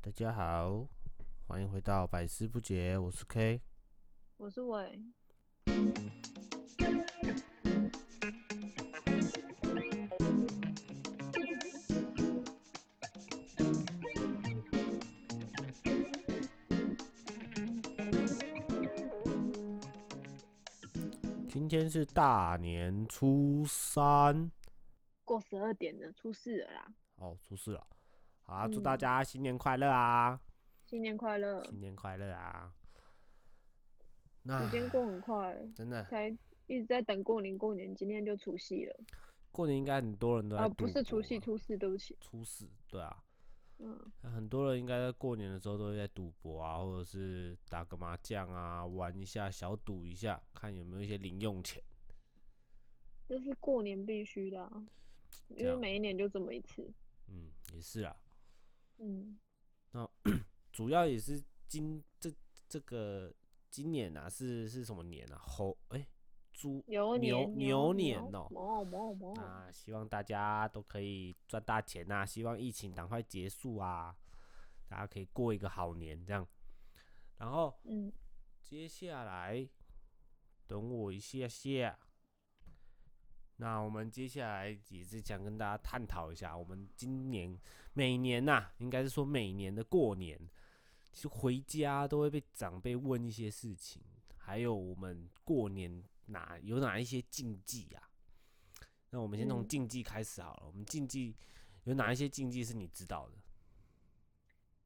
大家好，欢迎回到百思不解，我是 K。我是伟，今天是大年初三，过十二点了，出事了啦！哦，出事了。好啊，祝嗯大家新年快乐啊！新年快乐！新年快乐啊！那时啊间过很快，真的才一直在等过年过年，今天就除夕了过年应该很多人都在啊！不度是除过夕啊初四，对不起，初四，对啊，嗯，那很多人应该在过年的时候都会在赌博啊，或者是打个麻将啊，玩一下小赌一下，看有没有一些零用钱。这是过年必须的、啊，因为样每一年就这么一次，嗯，也是啊，嗯，主要也是今这这个今年啊，是是什么年啊？猴哎、猪牛牛年牛年年哦、哎哦，某某那希望大家都可以赚大钱呐、希望疫情赶快结束啊，大家可以过一个好年这样。然后嗯，接下来，等我一下下。那我们接下来也是想跟大家探讨一下，我们今年每年呐、应该是说每年的过年，其实回家都会被长辈问一些事情，还有我们过年哪有哪一些禁忌啊？那我们先从嗯禁忌开始好了。我们禁忌有哪一些禁忌是你知道的？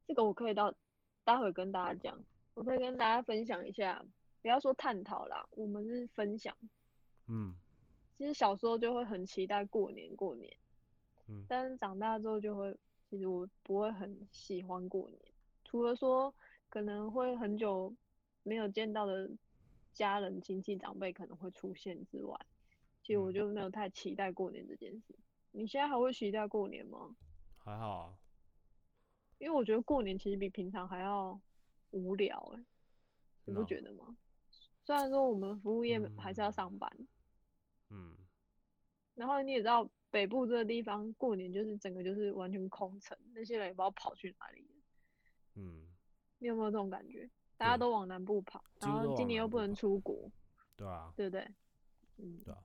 这个我可以到待会跟大家讲，我可以跟大家分享一下，不要说探讨啦，我们是分享。嗯其实小时候就会很期待过年过年，嗯但是长大之后就会，其实我不会很喜欢过年，除了说可能会很久没有见到的家人、亲戚、长辈可能会出现之外，其实嗯我就没有太期待过年这件事。你现在还会期待过年吗？还好啊、因为我觉得过年其实比平常还要无聊、欸，你不嗯觉得吗？虽然说我们服务业还是要嗯上班，嗯，然后你也知道北部这个地方过年就是整个就是完全空城，那些人也不知道跑去哪里了。嗯，你有没有这种感觉？大家对都往南部跑，几乎都然后往今年南又不部能跑出国，对啊，对不对？嗯，对啊。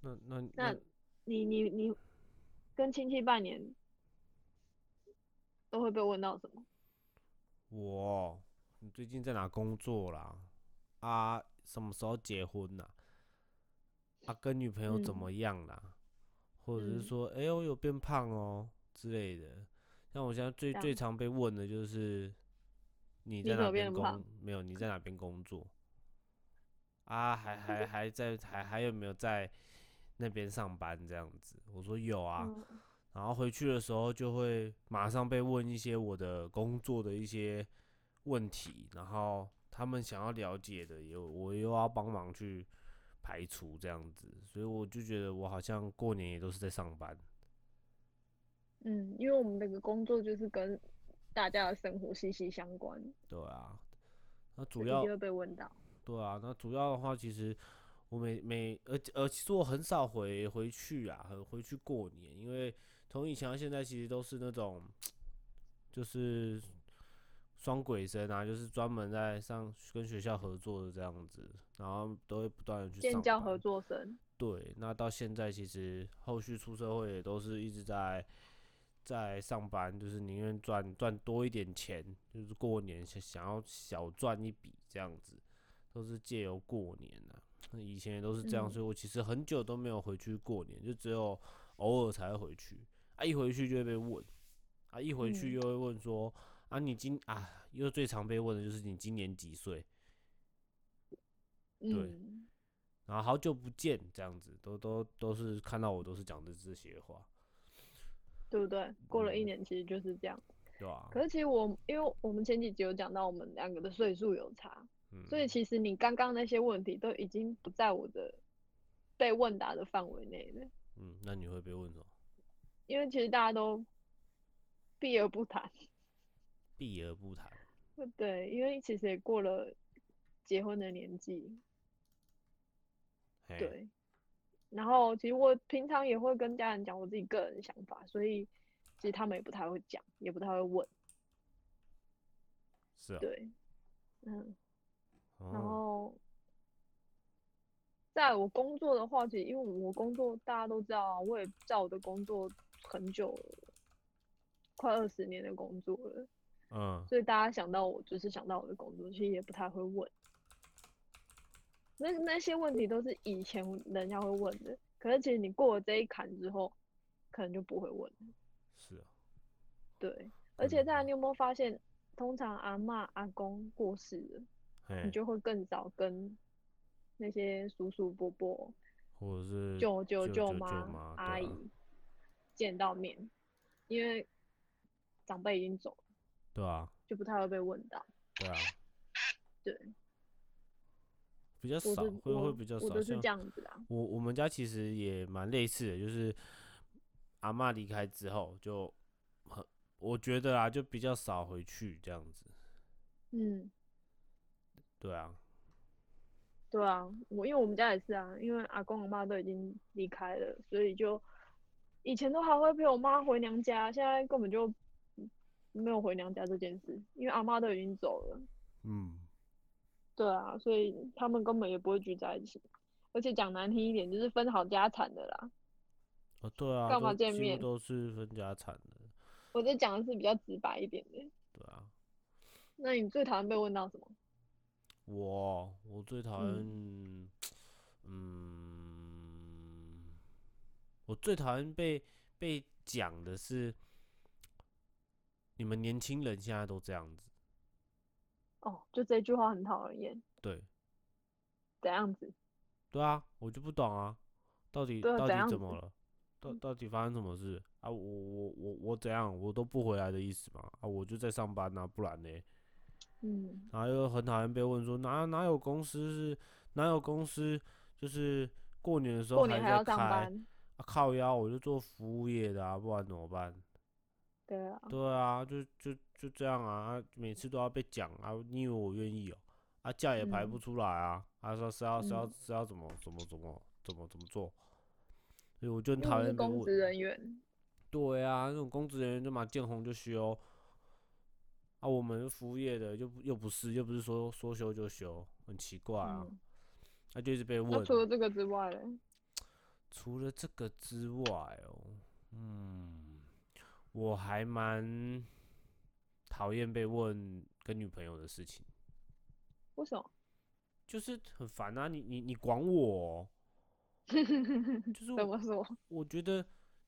那那那你你你跟亲戚拜年都会被问到什么？我，你最近在哪工作啦？啊，什么时候结婚啦？啊，跟女朋友怎嗯么样啦？或者是嗯说，哎、呦，有变胖哦之类的。像我现在最这最样常被问的就是，你你在怎哪么变边那么胖工？没有，你在哪边工作？啊，还 还还在还还有没有在那边上班这样子？我说有啊。嗯，然后回去的时候就会马上被问一些我的工作的一些问题，然后他们想要了解的有我又要帮忙去排除这样子，所以我就觉得我好像过年也都是在上班。嗯，因为我们这个工作就是跟大家的生活息息相关，对啊，那所主以要就会被问到。对啊，那主要的话，其实我每每而且呃，其实我很少回回去啊，很回去过年，因为从以前到现在，其实都是那种就是双轨生啊，就是专门在上跟学校合作的这样子，然后都会不断的去建上教班合作生，对，那到现在其实后续出社会也都是一直在在上班，就是宁愿赚赚多一点钱，就是过年想想要小赚一笔这样子，都是借由过年呐、那以前也都是这样，嗯所以我其实很久都没有回去过年，就只有偶尔才会回去。啊，一回去就会被问，啊，一回去嗯又会问说，啊，你今啊，又最常被问的就是你今年几岁？嗯，然后好久不见这样子，都都都是看到我都是讲的这些话，对不对？过了嗯一年其实就是这样。对吧、可是其实我，因为我们前几集有讲到我们两个的岁数有差，嗯，所以其实你刚刚那些问题都已经不在我的被问答的范围内了，嗯，那你会被问什么？因为其实大家都避而不谈。 避而不谈。对，因为其实也过了结婚的年纪，嘿，对。然后其实我平常也会跟家人讲我自己个人想法，所以其实他们也不太会讲，也不太会问。是啊，对，嗯，然哦，后，在我工作的话，其实因为我工作大家都知道啊，我也在我的工作很久了，快二十年的工作了，嗯，所以大家想到我就是想到我的工作，其实也不太会问。那那些问题都是以前人家会问的，可是其实你过了这一坎之后，可能就不会问了。是啊，对，而且在嗯你有没有发现，通常阿嬷阿公过世了。嘿你，就会更早跟那些叔叔伯伯、或者是舅舅、舅舅妈、妈对阿啊姨见到面，因为长辈已经走了，对啊，就不太会被问到。对啊， 对，比较我少，的会我会比较我少。都是像这样子啦。我我们家其实也蛮类似的，就是阿嬷离开之后就很，我觉得啊，就比较少回去这样子。嗯，对啊，对啊，我因为我们家也是啊，因为阿公阿妈都已经离开了，所以就以前都还会陪我妈回娘家，现在根本就没有回娘家这件事，因为阿妈都已经走了。嗯，对啊，所以他们根本也不会聚在一起，而且讲难听一点，就是分好家产的啦。哦，对啊，干都嘛见几乎面都是分家产的，我这讲的是比较直白一点的。对啊。那你最讨厌被问到什么？我我最讨厌，嗯我最讨厌被被讲的是，你们年轻人现在都这样子，哦，就这句话很讨人厌，对怎样子？对啊，我就不懂啊，到底对啊到怎底样怎子嗯么了？到到底发生什么事啊？我我我我怎样？我都不回来的意思嘛？啊，我就在上班呐、不然呢？嗯，然后又很讨厌被问说哪哪有公司是哪有公司就是过年的时候过年还在要上开，班，啊靠腰，我就做服务业的啊，不然怎么办？对啊，对啊，就就就这样啊，啊每次都要被讲啊，你以为我愿意哦、啊假也排不嗯出来啊，啊说是要是要嗯是要怎么怎么怎么怎么怎么做，所以我就很因为讨我是厌被公职问。人员，嗯对啊，那种公职人员就嘛见红就休，啊我们服务业的又不又不是又不是说说休就休，很奇怪啊，嗯，他、就一直被那问。除了这个之外嘞，除了这个之外哦，嗯，我还蛮讨厌被问跟女朋友的事情，为什么？就是很烦啊！你你你管我 哦、就是怎我么说？我觉得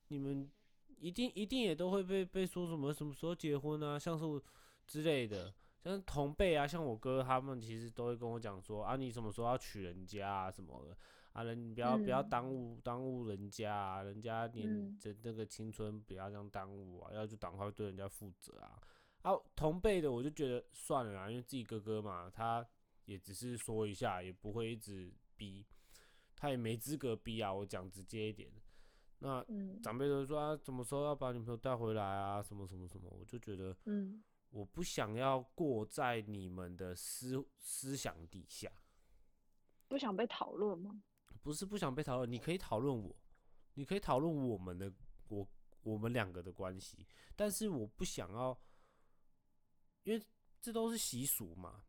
你们一定一定也都会被被说什么什么时候结婚啊，像是我之类的，像是同辈啊，像我哥他们其实都会跟我讲说啊，你什么时候要娶人家啊什么的，啊人你不要、不要嗯耽误耽误人家、啊，人家年嗯这那个青春不要这样耽误啊，要就赶快对人家负责啊。啊，同辈的我就觉得算了啦，因为自己哥哥嘛，他也只是说一下，也不会一直逼，他也没资格逼啊。我讲直接一点，那嗯长辈都说啊，什么时候要把女朋友带回来啊，什么什么什么，我就觉得嗯，我不想要过在你们的思思想底下，不想被讨论吗？不是不想被讨论，你可以讨论我，你可以讨论我们的我我们两个的关系，但是我不想要，因为这都是习俗嘛，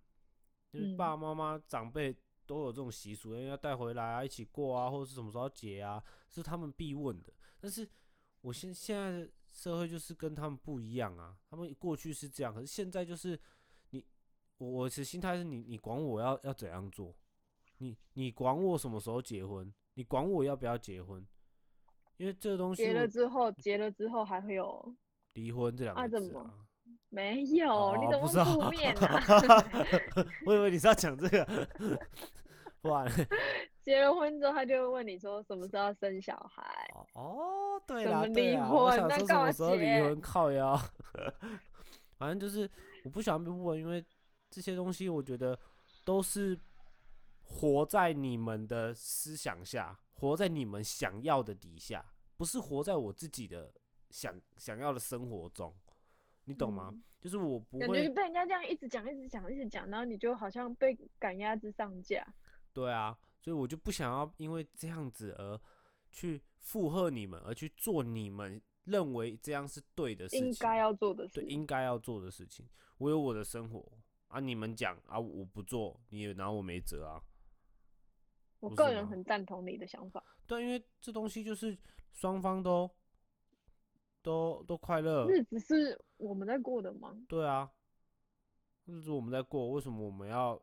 就是嗯爸爸妈妈长辈都有这种习俗，因为要带回来啊，一起过啊，或者是什么时候结啊，是他们必问的。但是我现现在的社会就是跟他们不一样啊，他们过去是这样，可是现在就是你我我其实心态是你你管我要要怎样做，你你管我什么时候结婚，你管我要不要结婚，因为这个东西结我了之后，结了之后还会有？离婚这两啊个怎字么啊。没有，你哦怎不么是啊负面啊？ 我以为你是要讲这个， 不然嘞结了婚之后，他就会问你说什么时候要生小孩，哦哦，对怎啦么对离啦，我婚想那说什干么嘛时候离结 婚靠腰，反正就是我不喜欢被问，因为这些东西我觉得都是活在你们的思想下，活在你们想要的底下，不是活在我自己的想想要的生活中，你懂吗？嗯就是我不感觉会就被人家这样一直讲、一直讲、一直讲，然后你就好像被赶鸭子上架。对啊，所以我就不想要因为这样子而去附和你们，而去做你们认为这样是对的事情，应该要做的对事。应该要做的事情。我有我的生活啊，你们讲啊，我不做，你也拿我没辙啊。我不是个人吗很赞同你的想法，对，因为这东西就是双方都都都快乐，日子是我们在过的吗？对啊，日子我们在过，为什么我们要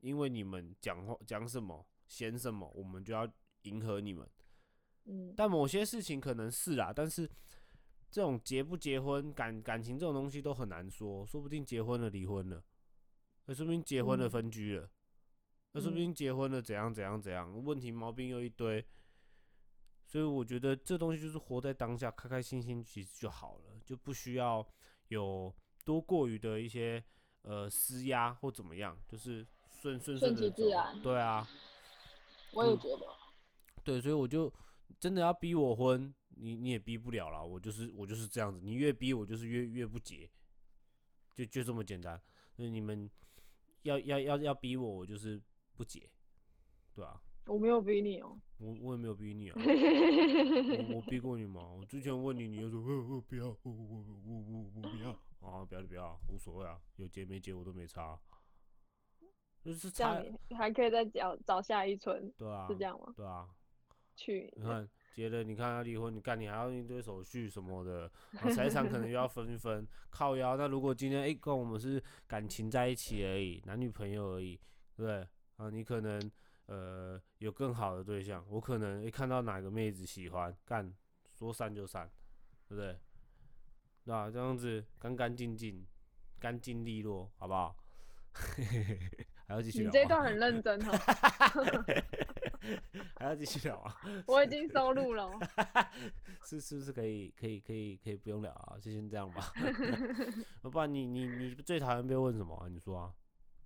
因为你们讲话讲什么嫌什么，我们就要迎合你们？嗯，但某些事情可能是啦，但是这种结不结婚、感感情这种东西都很难说，说不定结婚了离婚了，那说不定结婚了嗯分居了，那说不嗯定结婚了怎样怎样怎样，问题毛病又一堆。所以我觉得这东西就是活在当下，开开心心其实就好了，就不需要有多过于的一些呃施压或怎么样，就是顺顺顺顺的其自然对啊，我也嗯觉得。对，所以我就真的要逼我婚，你你也逼不了啦。我就是我就是这样子，你越逼我就是越越不结，就就这么简单。就是你们要要要要逼我，我就是不结，对啊，我没有逼你哦、我我也没有逼你啊， 我我逼过你吗？我之前问你，你就说我我不要，我我我我我我不要啊，不要就不要，无所谓啊，有结没结我都没差，啊就是这差样你还可以再找找下一村，对啊，是这样吗？对啊，去你看结了，你看要离婚，你干你还要一堆手续什么的，然后财产可能又要分一分，靠腰。那如果今天哎，跟、我们是感情在一起而已，男女朋友而已，对不对？啊，你可能呃有更好的对象，我可能一、哎看到哪个妹子喜欢，干说散就散，对不对？那这样子干干净净，干净利落，好不好？ 还要继续啊聊你这一吗段很认真哦、 还要继续聊啊？我已经收录了哦。 是是不是可以可以可以可以不用聊啊？就先这样 吧。不然你你你最讨厌被问什么啊、你说啊？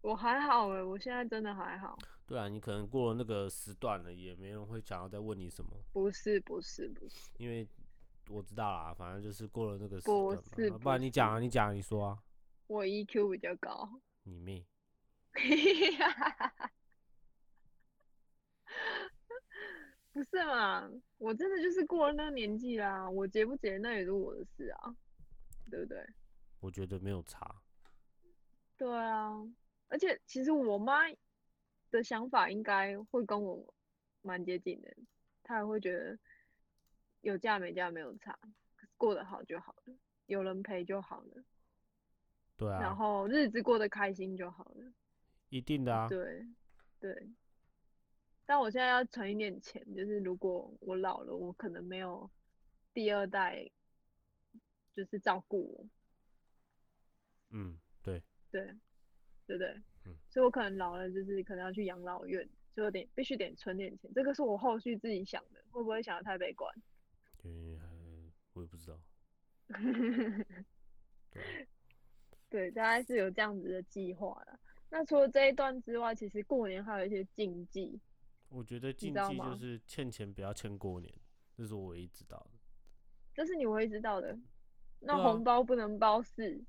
我还好哎、我现在真的还好。对啊，你可能过了那个时段了，也没人会想要再问你什么，不是不是不是，因为我知道啦，反正就是过了那个时不段是嘛。不不然你讲啊，你讲啊、你说啊，我 EQ 比较高。你妹， 不是嘛？我真的就是过了那个年纪啦，我结不结那也是我的事啊，对不对？我觉得没有差。对啊，而且其实我妈的想法应该会跟我蛮接近的，她也会觉得有嫁没嫁没有差，过得好就好了，有人陪就好了，对然啊，后日子过得开心就好了。一定的啊。对，对。但我现在要存一点钱，就是如果我老了，我可能没有第二代，就是照顾我，嗯，对，对，对不对？嗯所以我可能老了，就是可能要去养老院，就有点必须得存点钱。这个是我后续自己想的，会不会想的太悲观？ 嗯，还我也不知道。对啊，对，大概是有这样子的计划啦。那除了这一段之外，其实过年还有一些禁忌，我觉得禁知道忌就吗是欠钱不要欠过年，这是我唯一知道的。这是你会知道的。那对啊红包不能包四，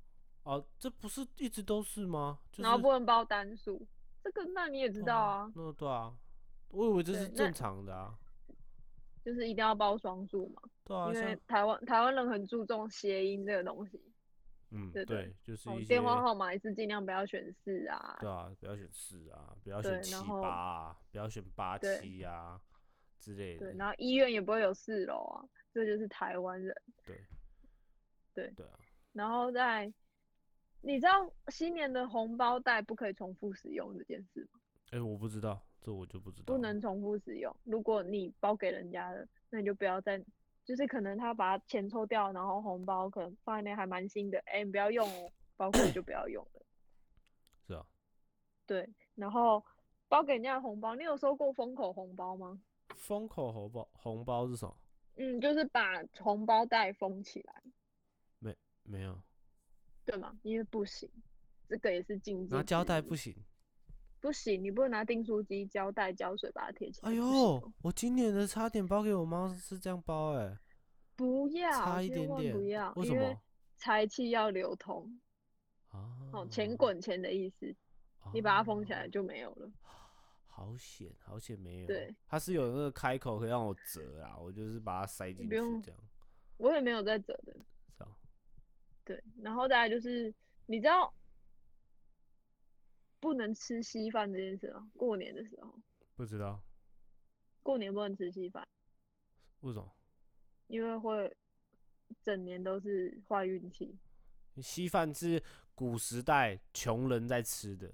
哦，这不是一直都是吗？就是、然后不能包单数，这个那你也知道哦啊，那对啊，我以为这对是那正常的啊。就是一定要包双数嘛，对啊，因为像台湾台湾人很注重谐音这个东西，嗯，对对对，就是哦一，些电话号码也是尽量不要选四啊，对啊，不要选四啊，不要对选然七后八啊，不要选八对七啊之类对的，。然后医院也不会有四楼啊，这就是台湾人。对，对对啊，然后在你知道新年的红包袋不可以重复使用这件事吗？哎、我不知道，这我就不知道不了。能重复使用。如果你包给人家的，那你就不要再，就是可能他把钱抽掉，然后红包可能放在那还蛮新的，哎、你不要用哦，包括就不要用了。是啊，对，然后包给人家的红包，你有收过封口红包吗？封口红包红包是什么？嗯，就是把红包袋封起来，没有，对吗？因为不行，这个也是禁忌。拿胶带不？行。不行，你不能拿订书机、胶带、胶水把它贴起来。哎不行哦呦，我今年的差点包给我妈是这样包哎、不要，差一千点万点不要，为因什为么财气要流通，啊，哦哦，钱滚钱的意思，你把它封起来就没有了。好险，好险没有。对，它是有那个开口可以让我折啦，我就是把它塞进去不用这样。我也没有在折的。是哦对，然后再来就是你知道不能吃稀饭这件事吗？过年的时候，不知道过年不能吃稀饭，为什么因为会整年都是坏运气。稀饭是古时代穷人在吃的，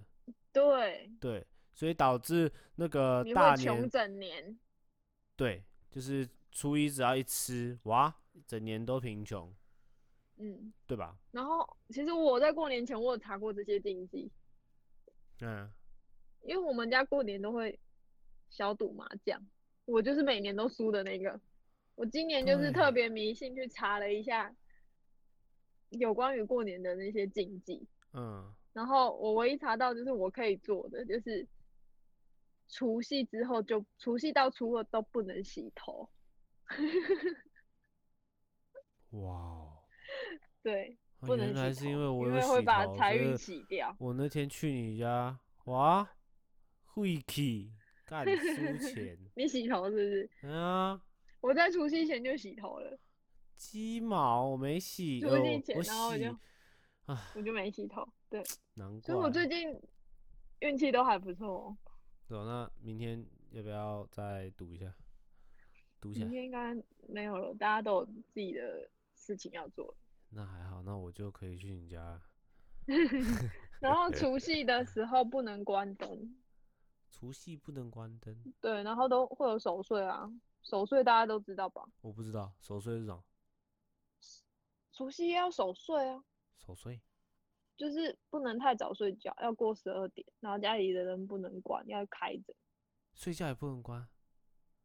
对，对，所以导致那个你呃大会穷年整年。对，就是初一只要一吃，哇，整年都贫穷，嗯，对吧？然后其实我在过年前我有查过这些禁忌，嗯，因为我们家过年都会小赌麻将，我就是每年都输的那个。我今年就是特对别迷信，去查了一下有关于过年的那些禁忌，嗯，然后我唯一查到就是我可以做的，就是除夕之后就除夕到初二都不能洗头。哇哦，对，啊不能原来洗是因头为我因有为会洗把头财所运以洗掉我那天去你家，哇，晦气，干输钱你洗头是不是？啊，我在除夕前就洗头了，鸡毛我没洗，除呃夕我前我然后我洗就我就没洗头。对，难怪。所以我最近运气都还不错哦。走，那明天要不要再赌一下？赌起明来？天应该没有了，大家都有自己的事情要做。 那还好，那我就可以去你家。然后除夕的时候不能关灯，除夕不能关灯，对，然后都会有守岁啊，守岁大家都知道吧？我不知道守岁是什么，除夕要守岁啊，守岁就是不能太早睡觉，要过十二点，然后家里的人不能关，要开着，睡觉也不能关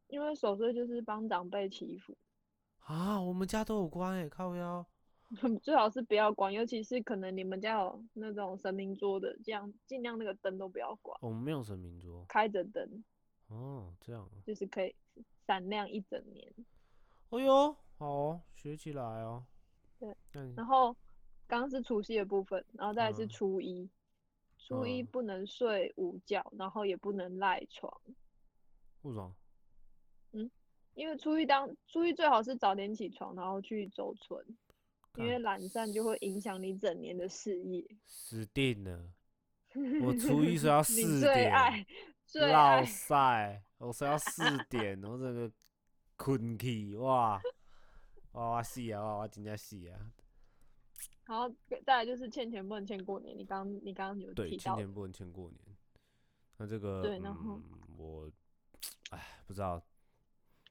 因为守岁就是帮长辈祈福， 啊！我们家都有关哎、靠腰。最好是不要关，尤其是可能你们家有那种神明桌的，这样尽量那个灯都不要关，我们没有神明桌开着灯哦，这样啊。就是可以闪亮一整年。哎呦，好哦，学起来哦。对干，然后刚刚是除夕的部分，然后再来是嗯初一，初一嗯不能睡午觉，然后也不能赖床，为什么？因为初一当初一最好是早点起床，然后去走村，因为干懒散就会影响你整年的事业。死定了！ 我初一睡到你四最点，爱最老爱，塞，我睡到四点，我这个困去哇，哇哇死啊，哇哇真正死啊！然后再来就是欠钱不能欠过年，你刚你刚刚有对，提欠到的，钱不能欠过年。那这个，对然后嗯，我，哎，不知道，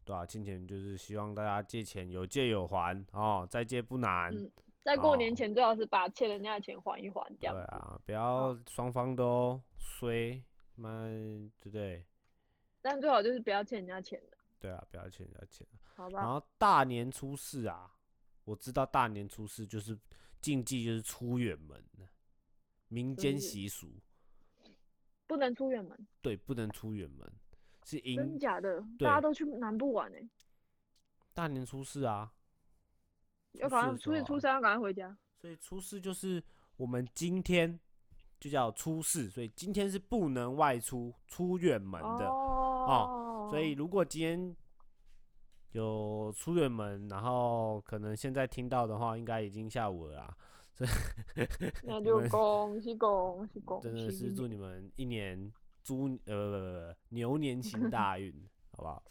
对啊，欠钱就是希望大家借钱有借有还哦，再借不难。嗯在过年哦前最好是把欠人家的钱还一还，这对样子。啊，不要双方都衰，妈，对不对？但最好就是不要欠人家钱的，对啊，不要欠人家钱。好然吧？后大年初四啊，我知道大年初四就是禁忌，就是出远门了民间嗯习俗，不能出远门，对，不能出远门，是真迎假的？对大家都去南部玩哎、大年初四啊，要初四赶快的时初候一啊初三要赶快回家。所以初四就是我们今天就叫初四，所以今天是不能外出出远门的。哦所以如果今天有出远门，然后可能现在听到的话，应该已经下午了啦。那就们恭喜恭喜恭喜！真的是祝你们一年猪呃不不不牛年 行大运，好不好？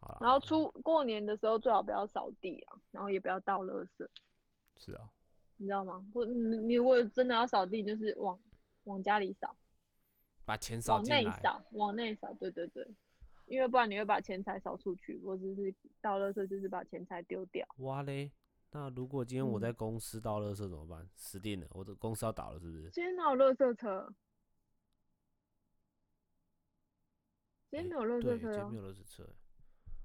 好啦然后出过年的时候最好不要扫地啊，然后也不要倒垃圾，是啊，你知道吗？或你你如果真的要扫地，就是往往家里扫，把钱扫往进内来，扫，往内扫，对对对。因为不然你会把钱财扫出去，或者是倒垃圾，就是把钱财丢掉。哇嘞！那如果今天我嗯在公司倒垃圾怎么办？死定了，我的公司要倒了，是不是？今天哪有垃圾车？今天哎没有垃对，圾今车天哦没。有垃圾车，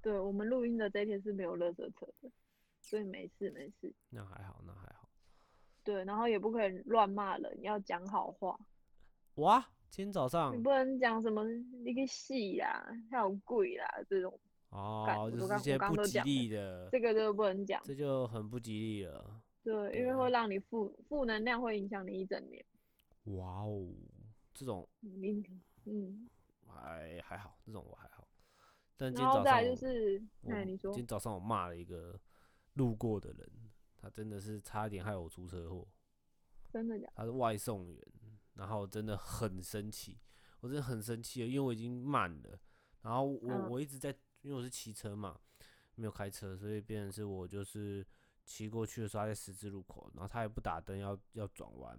对我们录音的这一天是没有垃圾车的，所以没事没事。那还好，那还好。对，然后也不可以乱骂人，要讲好话，哇，今天早上你不能讲什么那个戏啦、还有贵啦这种，干哦我，就都是刚一些我刚不都吉讲了利的，这个就不能讲。嗯这嗯就很不吉利了。对，因为会让你负负能量会影响你一整年。哇哦，这种你嗯，还还好，这种我还好。但今天然后早再上来我就是，我哎，你说今天早上我骂了一个路过的人，他真的是差点害我出车祸。真的假他是外送员，然后真的很生气，我真的很生气了，因为我已经慢了，然后我嗯我一直在，因为我是骑车嘛，没有开车，所以变成是我就是骑过去的时候，他在十字路口，然后他也不打灯要要转弯，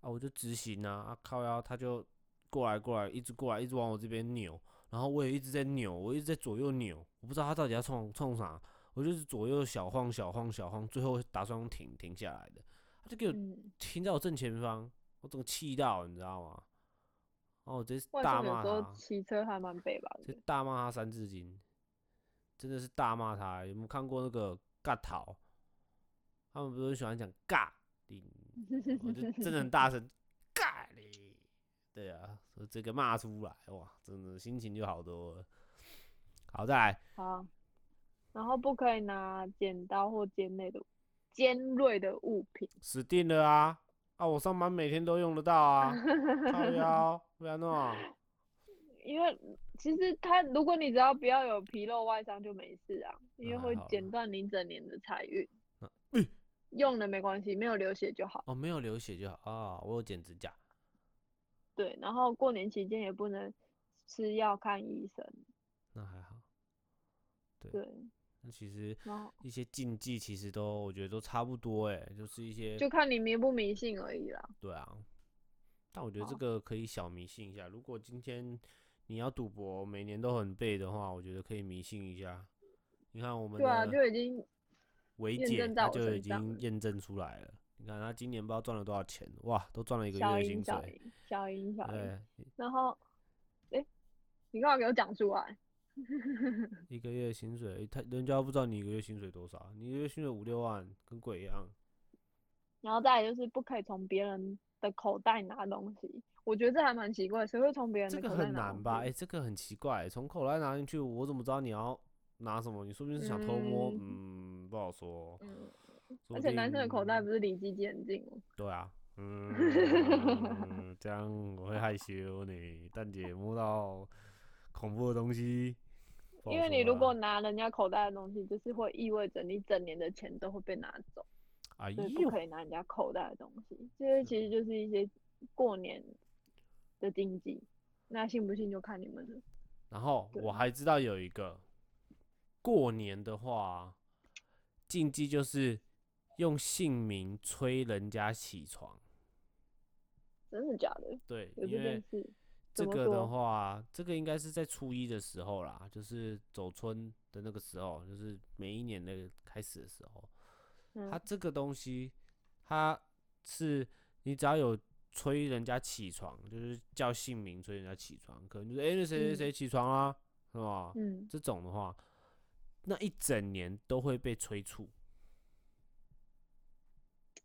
啊，我就直行啊，啊靠腰，他就过来过来，一直过来，一直往我这边扭，然后我也一直在扭，我一直在左右扭，我不知道他到底要冲冲啥，我就是左右小晃小晃小晃，最后打算停停下来的，他就给的？我嗯，停在我正前方，我整个气到，你知道吗？然后我直接外大送有骂啊时他候，骑车还蛮北吧直的接。大骂他三字经，真的是大骂他。有没有看过那个尬桃？他们不是喜欢讲尬你，我就真的很大声尬你。对啊，所以这个骂出来，哇，真的心情就好多了。好，再来，好，然后不可以拿剪刀或尖类的尖锐的物品。死定了啊！啊，我上班每天都用得到啊，靠腰，不要弄。因为其实它，如果你只要不要有皮肉外伤就没事啊，因为那还会好啦剪断你整年的财运那。用了没关系，没有流血就好。哦，没有流血就好啊、我有剪指甲。对，然后过年期间也不能吃药看医生。那还好。对对，那其实然后一些禁忌其实都我觉得都差不多哎，就是一些就看你迷不迷信而已啦。对啊。但我觉得这好个可以小迷信一下。如果今天你要赌博，每年都很背的话，我觉得可以迷信一下。你看我们对啊，的就已经维验姐，证在她我就身已上经了验证出来了。你看她今年不知道赚了多少钱，哇，都赚了一个月小的赢薪小水。赢小赢小赢。对，然后，哎，你刚好给我讲出来，一个月薪水，他人家不知道你一个月薪水多少，你一个月薪水五六万，跟鬼一样。然后再来就是不可以从别人的口袋拿东西，我觉得这还蛮奇怪，谁会从别人这的个口袋很拿难东吧？哎、西这个很奇怪、从口袋拿进去，我怎么知道你要拿什么？你说不定是想偷摸，嗯不好说。嗯，说而不且男生的口袋定不是离机机很近哦吗？对啊，嗯， 这样我会害羞呢。蛋姐摸到恐怖的东西，不好因为你说如果啦拿人家口袋的东西，就是会意味着你整年的钱都会被拿走，哎所以不呦，可以拿人家口袋的东西。这些其实就是一些过年的禁忌，那信不信就看你们了。然后对我还知道有一个过年的话，禁忌就是用姓名催人家起床。真的假的？对，有因这为件事？这怎么个的说话，这个应该是在初一的时候啦，就是走春的那个时候，就是每一年的开始的时候。它嗯，这个东西，它是你只要有催人家起床，就是叫姓名催人家起床，可能就是哎、那谁谁谁起床啦、是吧？嗯，这种的话，那一整年都会被催促，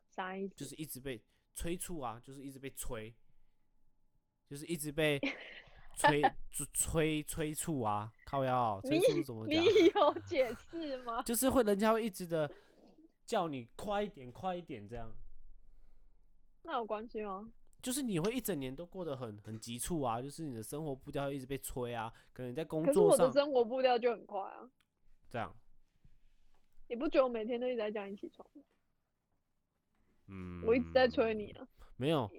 啥意思？就是一直被催促啊，就是一直被催，就是一直 被催催催催促啊，靠腰哦、催促怎么你讲？有解释吗？ 就是会人家会一直的叫你快一点，快一点这样，那有关系吗？就是你会一整年都过得很很急促啊，就是你的生活步调会一直被催啊，可能你在工可是作我的上生活步调就很快啊，这样，你不觉得我每天都一直在叫你起床吗？嗯，我一直在催你啊。没有，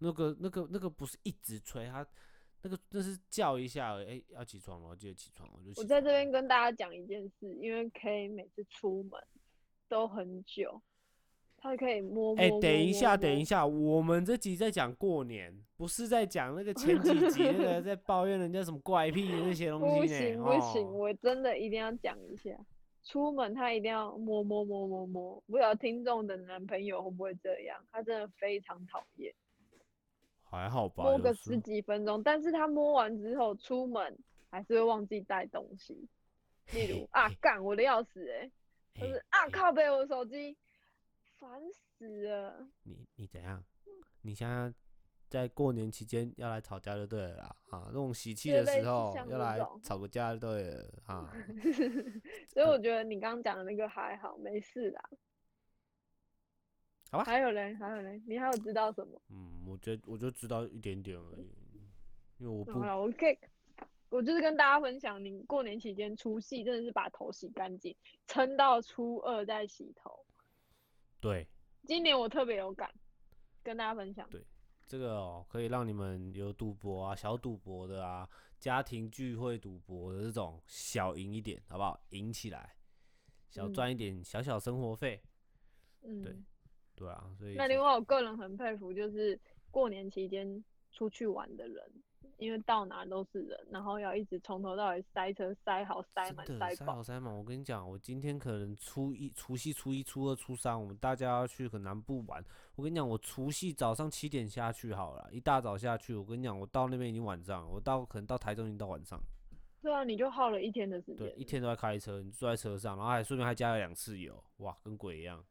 那个、那个、那个不是一直催他，那个那是叫一下而已，哎、要起床了，我记得起床，我就起我在床这边了跟大家讲一件事，因为 K 每次出门都很久，他可以摸摸哎、摸等一下，摸等一摸下，我们这集在讲过年，不是在讲那个前几集那个 在抱怨人家什么怪癖那些东不西呢？行不行，哦、我真的一定要讲一下。出门他一定要摸摸摸摸摸，不知道听众的男朋友会不会这样？他真的非常讨厌，还好吧，摸有个时十几分钟，但是他摸完之后出门还是会忘记带东西，例如啊干我的钥匙哎、哎就是啊哎靠背我的手机，烦死了。 你你怎样？你现在在过年期间要来吵架就对了啦啊，那种喜气对的类时似候像要这来种吵个架就对了 啊。嗯所以我觉得你刚刚讲的那个还好，没事啦。好吧还有嘞，还有嘞，你还有知道什么？嗯，我觉得我就知道一点点而已，因为我不好了，我可以，我就是跟大家分享，你过年期间除夕真的是把头洗干净，撑到初二再洗头。对，今年我特别有感，跟大家分享。对这个哦，可以让你们有赌博啊、小赌博的啊、家庭聚会赌博的这种小赢一点，好不好？赢起来，小嗯赚一点小小生活费，嗯，对对啊，所以这那另外，我个人很佩服，就是过年期间出去玩的人，因为到哪都是人，然后要一直从头到尾塞车，塞好、塞满、真的塞塞爆好。塞满。我跟你讲，我今天可能初一、除夕、初一、初二、初三，我们大家要去可能南部玩。我跟你讲，我除夕早上七点下去好了，一大早下去。我跟你讲，我到那边已经晚上了，我到可能到台中已经到晚上了。对啊，你就耗了一天的时间对，了。一天都在开车，你坐在车上，然后还顺便还加了两次油，哇，跟鬼一样，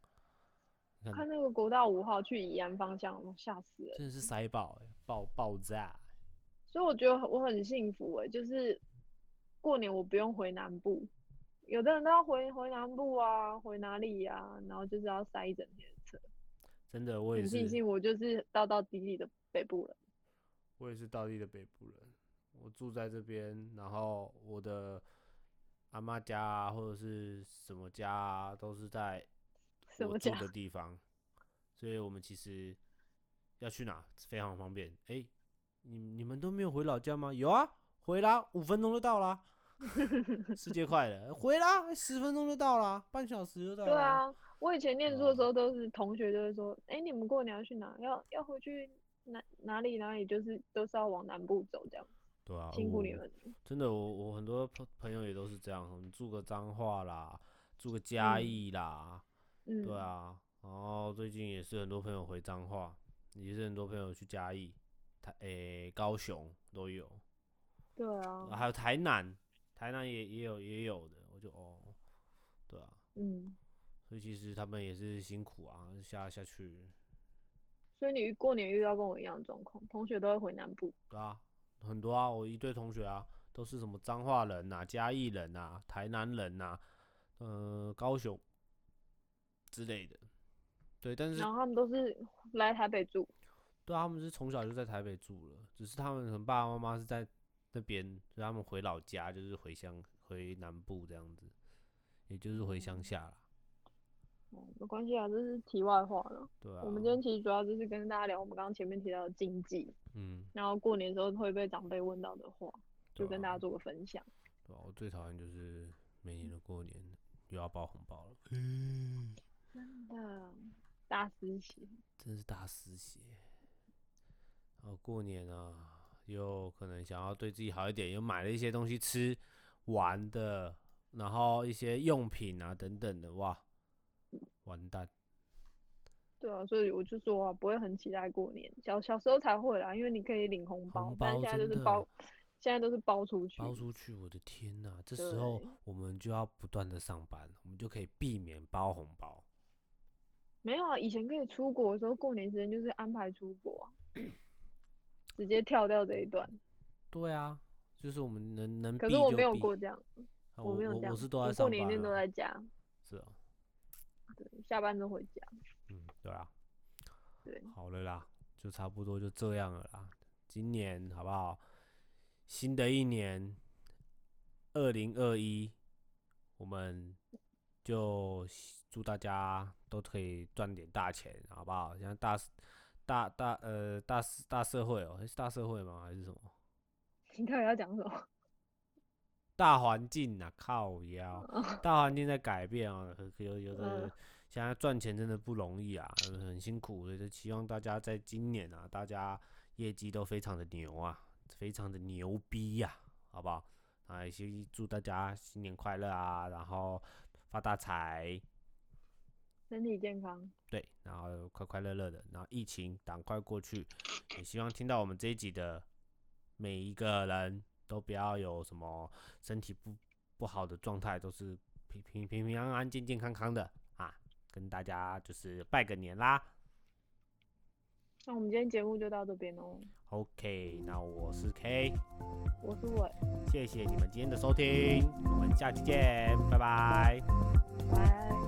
看那个国道五号去宜安方向，我吓死人。真的是塞爆、欸，爆爆炸。所以我觉得我很幸福哎、就是过年我不用回南部，有的人都要回回南部啊，回哪里呀、然后就是要塞一整天的车。真的，我也很庆是，幸我就是道道地地的北部人。我也是道地的北部人，我住在这边，然后我的阿妈家啊，或者是什么家啊，都是在什我么住家 的地方，所以我们其实要去哪非常方便。哎、你你们都没有回老家吗？有啊，回啦，五分钟就到 啦。世界快了，回啦，十分钟就到啦，半小时就到啦。对啊，我以前念书的时啊候都是同学都会说，哎、你们过年要去哪？要要回去哪哪里哪里？就是都是要往南部走这样，对啊，辛苦你我们。真的，我我很多朋朋友也都是这样，我们住个彰化啦，住个嘉嗯义啦，嗯，对，啊，然后最近也是很多朋友回彰化，也是很多朋友去嘉义，台诶、高雄都有，对啊，还有台南，台南也也有也有的，我就哦，对啊，嗯，所以其实他们也是辛苦啊，下下去，所以你过年遇到跟我一样的状况，同学都会回南部。对啊，很多啊，我一堆同学啊，都是什么彰化人呐、嘉义人呐、台南人呐、呃，高雄之类的，对，但是然后他们都是来台北住，对啊，他们是从小就在台北住了，只是他们可能爸爸妈妈是在那边，所以他们回老家就是回乡回南部这样子，也就是回乡下啦。哦，没关系啊，这是题外话了。对啊，我们今天其实主要就是跟大家聊我们刚刚前面提到的经济，嗯，然后过年的时候会被长辈问到的话，就对跟啊大家做个分享。对啊，我最讨厌就是每年的过年又要包红包了，真的，大师兄。真是大失血。然后过年啊，又可能想要对自己好一点，又买了一些东西吃、玩的，然后一些用品啊等等的，哇，完蛋。对啊，所以我就说啊，不会很期待过年，小小时候才会啦，因为你可以领红包，红但包现在就真是的包，现在都是包出去。包出去，我的天呐！这时候对我们就要不断的上班，我们就可以避免包红包。没有啊，以前可以出国的时候，过年时间就是安排出国啊，直接跳掉这一段。对啊，就是我们能能避可就是我没有避过这样，啊我没有这我样，我是都在我上过班年一定都啊在家，是哦，对，下班就回家。嗯，对啊，对，好了啦，就差不多就这样了啦。今年好不好？新的一年，二零二一，我们就希祝大家都可以赚点大钱，好不好？像大大大呃大社大社会哦、诶是大社会吗？还是什么？你到底要讲什么？ 大环境啊，靠腰，大环境在改变啊，有有的嗯现在赚钱真的不容易啊，呃很辛苦，所以就希望大家在今年啊，大家业绩都非常的牛啊，非常的牛逼呀、好不好？啊，也希祝大家新年快乐啊，然后发大财，身体健康，对，然后快快乐乐的，然后疫情赶快过去，也希望听到我们这一集的每一个人都不要有什么身体不不好的状态，都是平平平平安安、健健康康的啊，跟大家就是拜个年啦。那我们今天节目就到这边哦。 OK，那我是 K，我是伟，谢谢你们今天的收听，我们下期见，拜拜。拜。